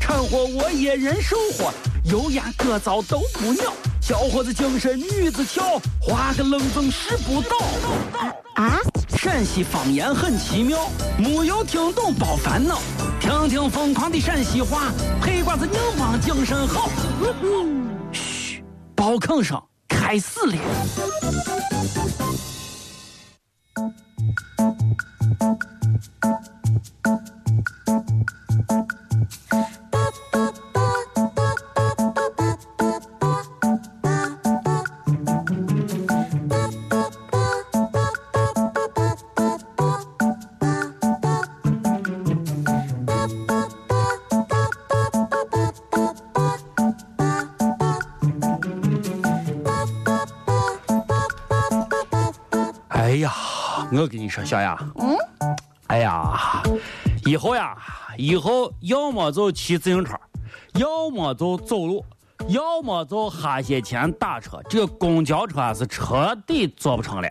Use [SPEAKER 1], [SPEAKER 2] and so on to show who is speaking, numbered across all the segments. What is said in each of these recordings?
[SPEAKER 1] 掺和我也人生活，油盐各糟都不尿，小伙子精神女子俏，花个愣风使不倒。
[SPEAKER 2] 啊，
[SPEAKER 1] 陕西方言很奇妙，没有听懂别烦恼，听听疯狂的陕西话，黑瓜子硬邦精神好。嘘，包吭声开始了。哎呀，我跟你说，小雅，嗯，哎呀，以后呀，以后要么就骑自行车，要么就走路，要么就哈些钱打车，这个公交车啊是彻底坐不成了。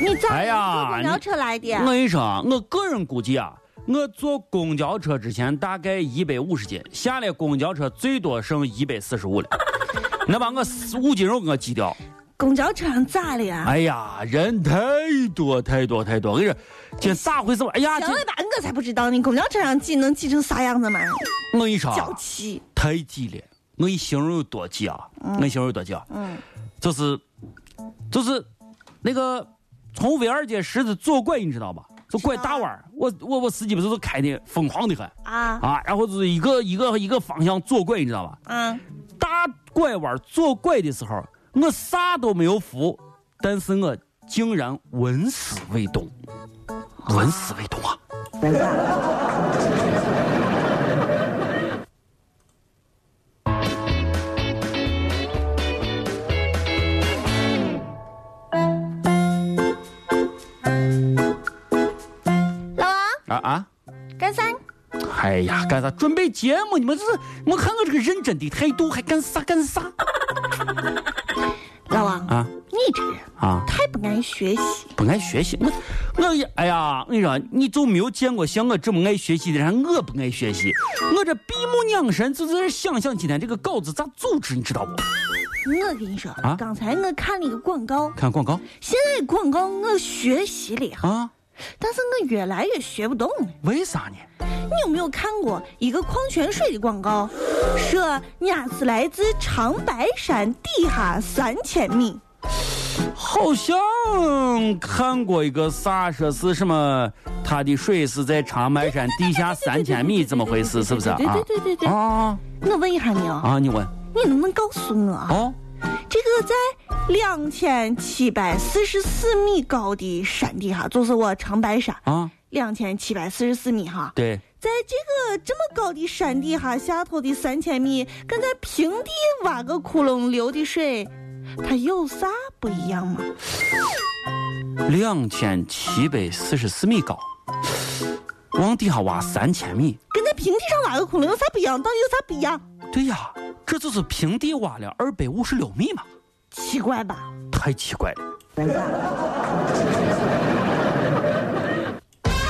[SPEAKER 2] 你咋
[SPEAKER 1] 哎呀
[SPEAKER 2] 坐公交车来的？
[SPEAKER 1] 我跟你说啊，我个人估计啊，我坐公交车之前大概一百五十斤，下了公交车最多剩一百四十五了。 那把我四五斤肉给我挤掉，
[SPEAKER 2] 公交车上咋了呀？
[SPEAKER 1] 哎呀，人太多太多太多！我跟你说，这咋回事吧？哎呀，这
[SPEAKER 2] 行了吧，我才不知道你公交车上挤能挤成啥样子嘛！
[SPEAKER 1] 我跟你说啊，
[SPEAKER 2] 脚气，
[SPEAKER 1] 太挤了。我一形容有多挤啊！我一形容有多挤啊！
[SPEAKER 2] 嗯，
[SPEAKER 1] 就是，就是，那个从威尔街十字左拐，你知道吧？就拐大弯儿。我我我司机不是都开的疯狂的很
[SPEAKER 2] 啊
[SPEAKER 1] 啊，然后就是一个一个一个方向左拐，你知道吧？
[SPEAKER 2] 啊，
[SPEAKER 1] 大拐弯左拐的时候，我啥都没有扶，但是我竟然纹丝未动，纹丝未动啊！
[SPEAKER 2] 老王
[SPEAKER 1] 啊啊！
[SPEAKER 2] 干啥？
[SPEAKER 1] 哎呀，干啥？准备节目，你们这是，我看我这个认真的态度，还干啥干啥
[SPEAKER 2] 老王，
[SPEAKER 1] 啊
[SPEAKER 2] 你这个人
[SPEAKER 1] 啊！
[SPEAKER 2] 太不爱学习。
[SPEAKER 1] 不爱学习，我我也哎呀，我跟你说，你就没有见过像我这么爱学习的人。我不爱学习，我这闭目养神，就在这想想今天这个稿子咋组织，你知道不？
[SPEAKER 2] 我跟你说，
[SPEAKER 1] 啊
[SPEAKER 2] 刚才我看了一个广告，
[SPEAKER 1] 看广告
[SPEAKER 2] 现在广告我学习了，
[SPEAKER 1] 啊？
[SPEAKER 2] 但是我越来越学不懂了。
[SPEAKER 1] 为啥呢？
[SPEAKER 2] 你有没有看过一个矿泉水的广告？说俺是来自长白山底下三千米。
[SPEAKER 1] 好像看过一个啥，说是什么，它的水是在长白山地下三千米，怎么回事？是不是啊？
[SPEAKER 2] 对对对对对。
[SPEAKER 1] 啊
[SPEAKER 2] 我问一下你啊，
[SPEAKER 1] 啊！你问
[SPEAKER 2] 你能不能告诉我，啊
[SPEAKER 1] 哦。
[SPEAKER 2] 这个在两千七百四十四米高的山底下，就是我长白山
[SPEAKER 1] 啊，
[SPEAKER 2] 两千七百四十四米哈，
[SPEAKER 1] 对，
[SPEAKER 2] 在这个这么高的山底下下头的三千米，跟在平地挖个窟窿流的水，它有啥不一样吗？
[SPEAKER 1] 两千七百四十四米高，往底下挖三千米。
[SPEAKER 2] 跟在平地上挖个窟窿有啥不一样？到底有啥不一样？
[SPEAKER 1] 对呀，这就是平地挖了二百五十六米嘛，
[SPEAKER 2] 奇怪吧？
[SPEAKER 1] 太奇怪了。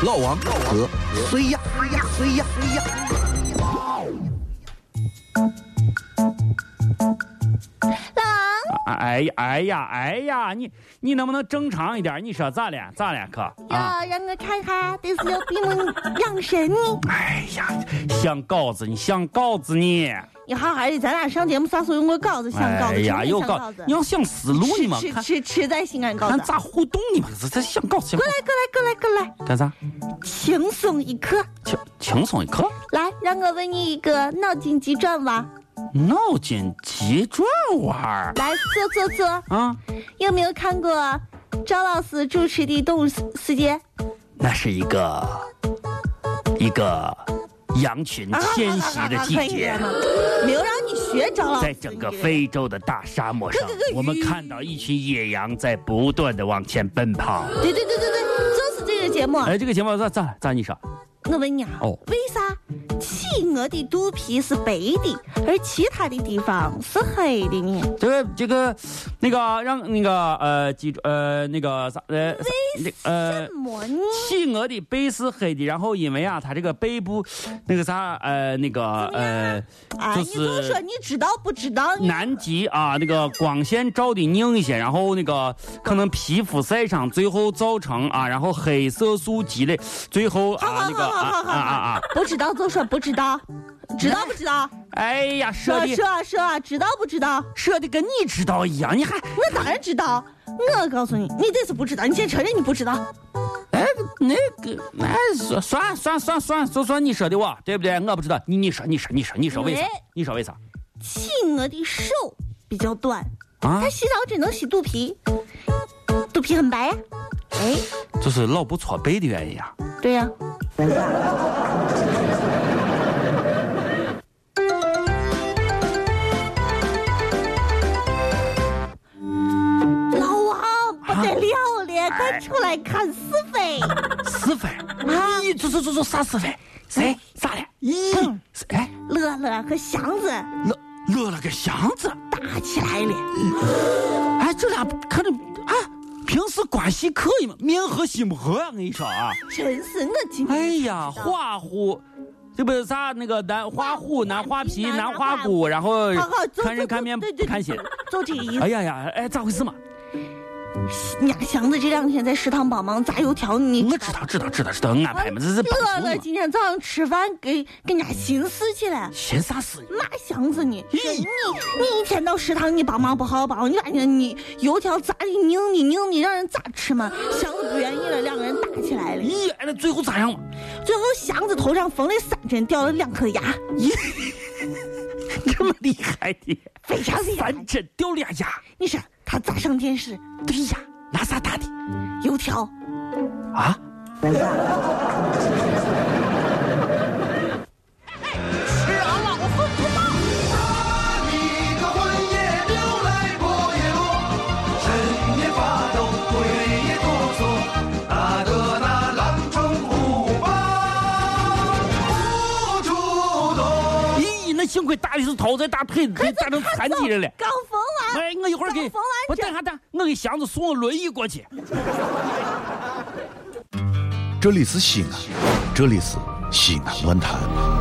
[SPEAKER 3] 老王和谁呀？谁呀？谁呀？
[SPEAKER 1] 啊哎呀哎呀哎呀，你你能不能正常一点？你说咋了？咋了，哥？啊，
[SPEAKER 2] 要让我看看，这是要闭目养神呢。
[SPEAKER 1] 哎呀，想稿子你想稿子你，
[SPEAKER 2] 你好好的，咱俩上节目啥时候用过稿子？想稿
[SPEAKER 1] 哎
[SPEAKER 2] 子，
[SPEAKER 1] 呀
[SPEAKER 2] 有
[SPEAKER 1] 又稿，你要想思路你嘛，
[SPEAKER 2] 吃
[SPEAKER 1] 看
[SPEAKER 2] 吃吃在西安稿子。
[SPEAKER 1] 看
[SPEAKER 2] 过
[SPEAKER 1] 咋互动你嘛，这这想稿子想稿
[SPEAKER 2] 来，过来，过来，过来，
[SPEAKER 1] 子干啥？
[SPEAKER 2] 轻松一刻。
[SPEAKER 1] 轻轻松一刻，
[SPEAKER 2] 来，让我问你一个脑筋急转弯。
[SPEAKER 1] 脑筋急转弯儿
[SPEAKER 2] 来，坐坐坐。
[SPEAKER 1] 啊。
[SPEAKER 2] 有没有看过张老师主持的《动物世世界》？
[SPEAKER 1] 那是一个一个羊群迁
[SPEAKER 2] 啊
[SPEAKER 1] 徙的季节。
[SPEAKER 2] 没有让你学着了。
[SPEAKER 1] 在整个非洲的大沙漠上
[SPEAKER 2] 咯咯，咯
[SPEAKER 1] 我们看到一群野羊在不断的往前奔跑。
[SPEAKER 2] 对对对对对，就是这个节目。啊
[SPEAKER 1] 哎，这个情况咋咋咋你说？
[SPEAKER 2] 我问你啊，
[SPEAKER 1] 哦
[SPEAKER 2] 为啥企鹅的肚皮是白的，而其他的地方是黑的呢？
[SPEAKER 1] 这个这个，那个让那个呃记住呃那个啥呃那呃
[SPEAKER 2] 什。么呢？
[SPEAKER 1] 企鹅的背是黑的，然后因为啊，它这个背部，那个啥，呃，那个呃，
[SPEAKER 2] 啊，
[SPEAKER 1] 就
[SPEAKER 2] 你就是说你知道不知道？你
[SPEAKER 1] 南极啊，那个光线照的硬一些，然啊后那个可能皮肤晒伤，最后造成啊，然后黑色素积累，最后
[SPEAKER 2] 好
[SPEAKER 1] 啊
[SPEAKER 2] 好
[SPEAKER 1] 那个
[SPEAKER 2] 好
[SPEAKER 1] 啊
[SPEAKER 2] 好好
[SPEAKER 1] 啊啊啊
[SPEAKER 2] 好，，不知道就说不知道，知道不知道？
[SPEAKER 1] 哎呀，
[SPEAKER 2] 说
[SPEAKER 1] 说的
[SPEAKER 2] 说说，知道不知道？
[SPEAKER 1] 说的跟你知道一样，你还
[SPEAKER 2] 我当然知道。我告诉你，你这是不知道，你先承认你不知道。
[SPEAKER 1] 哎那个哎算算算算算就算你说的我对不对？我不知道，你你说你说你说你说为啥
[SPEAKER 2] 喂？
[SPEAKER 1] 你说为啥？
[SPEAKER 2] 企鹅的手比较短，
[SPEAKER 1] 啊
[SPEAKER 2] 它，洗澡只能洗肚皮，肚皮很白呀、哎，
[SPEAKER 1] 就是老不搓背的原因啊。
[SPEAKER 2] 对呀、老王不得了了，快出来看是非！
[SPEAKER 1] 是非，
[SPEAKER 2] 啊
[SPEAKER 1] 你这这这这啥是非？谁咋了？
[SPEAKER 2] 嗯
[SPEAKER 1] 咦，是哎，
[SPEAKER 2] 乐乐和祥子
[SPEAKER 1] 乐乐了个祥子，
[SPEAKER 2] 打起来了，
[SPEAKER 1] 哎，这俩看着啊，平时关系可以吗？面和心不和呀、我跟你说啊，
[SPEAKER 2] 真是我今天
[SPEAKER 1] 哎呀，花虎。这不是啥那个南花虎、南花皮、南花骨，然后
[SPEAKER 2] 好好就
[SPEAKER 1] 看人
[SPEAKER 2] 就
[SPEAKER 1] 看面
[SPEAKER 2] 对对
[SPEAKER 1] 不
[SPEAKER 2] 对
[SPEAKER 1] 看心。
[SPEAKER 2] 就这个意
[SPEAKER 1] 哎
[SPEAKER 2] 思。
[SPEAKER 1] 呀呀，哎，咋回事嘛？
[SPEAKER 2] 你家祥子这两天在食堂帮忙炸油条，你
[SPEAKER 1] 我知道，知道，知道，知道，安排嘛，这是帮
[SPEAKER 2] 乐
[SPEAKER 1] 助
[SPEAKER 2] 乐
[SPEAKER 1] 嘛。
[SPEAKER 2] 今天早上吃饭给给人家寻思去了。
[SPEAKER 1] 寻啥事呢？
[SPEAKER 2] 骂祥子你，
[SPEAKER 1] 咦
[SPEAKER 2] 说你你一天到食堂你帮忙不好帮，你把你你油条炸的拧你拧你，让人咋吃嘛？祥子不愿意了，两个人打起来了。
[SPEAKER 1] 咦，哎，那最后咋样了？
[SPEAKER 2] 最后祥子头上缝了三针，掉了两颗牙，
[SPEAKER 1] 这么厉害的，
[SPEAKER 2] 非常厉害
[SPEAKER 1] 三针掉俩牙，
[SPEAKER 2] 你说他咋上电视？
[SPEAKER 1] 对呀，拿啥打的？
[SPEAKER 2] 油条，
[SPEAKER 1] 啊？
[SPEAKER 4] 一个魂也流来魄也落，身也发抖，腿也哆嗦，打得那狼虫虎豹无处躲。
[SPEAKER 1] 咦，那幸亏打的是头，再打腿，给打成残疾人了。
[SPEAKER 2] 刚缝完，
[SPEAKER 1] 哎，我一会儿给
[SPEAKER 2] 刚缝，
[SPEAKER 1] 我
[SPEAKER 2] 完
[SPEAKER 1] 等
[SPEAKER 2] 针，
[SPEAKER 1] 下等，我给祥子送个轮椅过去。
[SPEAKER 3] 这里是西安，这里是西安论坛。